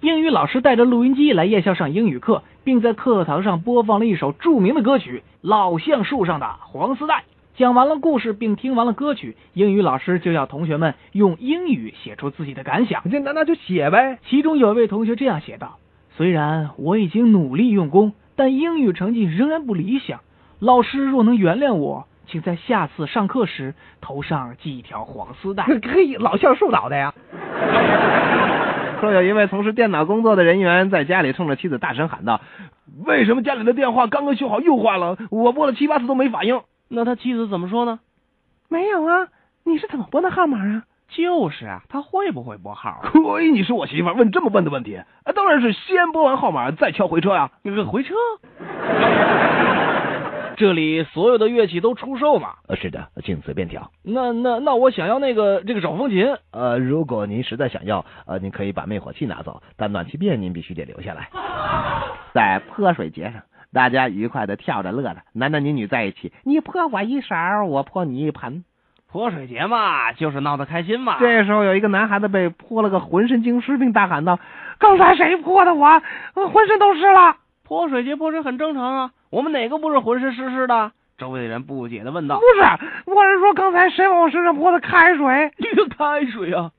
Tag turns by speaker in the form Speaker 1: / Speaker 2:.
Speaker 1: 英语老师带着录音机来夜校上英语课，并在课堂上播放了一首著名的歌曲《老橡树上的黄丝带》。讲完了故事，并听完了歌曲，英语老师就要同学们用英语写出自己的感想。
Speaker 2: 这那那就写呗。
Speaker 1: 其中有一位同学这样写道：“虽然我已经努力用功，但英语成绩仍然不理想。老师若能原谅我，请在下次上课时头上系一条黄丝带。
Speaker 2: 嘿，老橡树脑袋呀！
Speaker 3: 说有一位从事电脑工作的人员在家里冲着妻子大声喊道：“为什么家里的电话刚刚修好又坏了？我拨了七八次都没反应。”
Speaker 4: 那他妻子怎么说呢？
Speaker 2: 没有啊，你是怎么拨的号码啊？
Speaker 4: 就是啊，他会不会拨号啊？
Speaker 3: 亏你是我媳妇儿，问这么笨的问题。啊，当然是先拨完号码再敲回车啊呀、
Speaker 4: 那
Speaker 2: 呃
Speaker 4: 个回车。这里所有的乐器都出售嘛？
Speaker 3: 呃，是的，请随便挑。
Speaker 4: 那那那我想要那个这个手风琴。
Speaker 3: 呃，如果您实在想要，呃，您可以把灭火器拿走，但暖气片您必须得留下来。在泼水节上，大家愉快的跳着乐着，男男女女在一起，你泼我一勺，我泼你一盆。
Speaker 4: 泼水节嘛，就是闹得开心嘛。
Speaker 3: 这时候有一个男孩子被泼了个浑身惊湿，并大喊道：“刚才谁泼的我？我浑身都湿了。”
Speaker 4: 泼水节泼水很正常啊，我们哪个不是浑身湿湿的？哦周围的人不解的问道
Speaker 2: 不。是，我是说刚才谁往我身上泼的开水？
Speaker 4: 这个开水啊！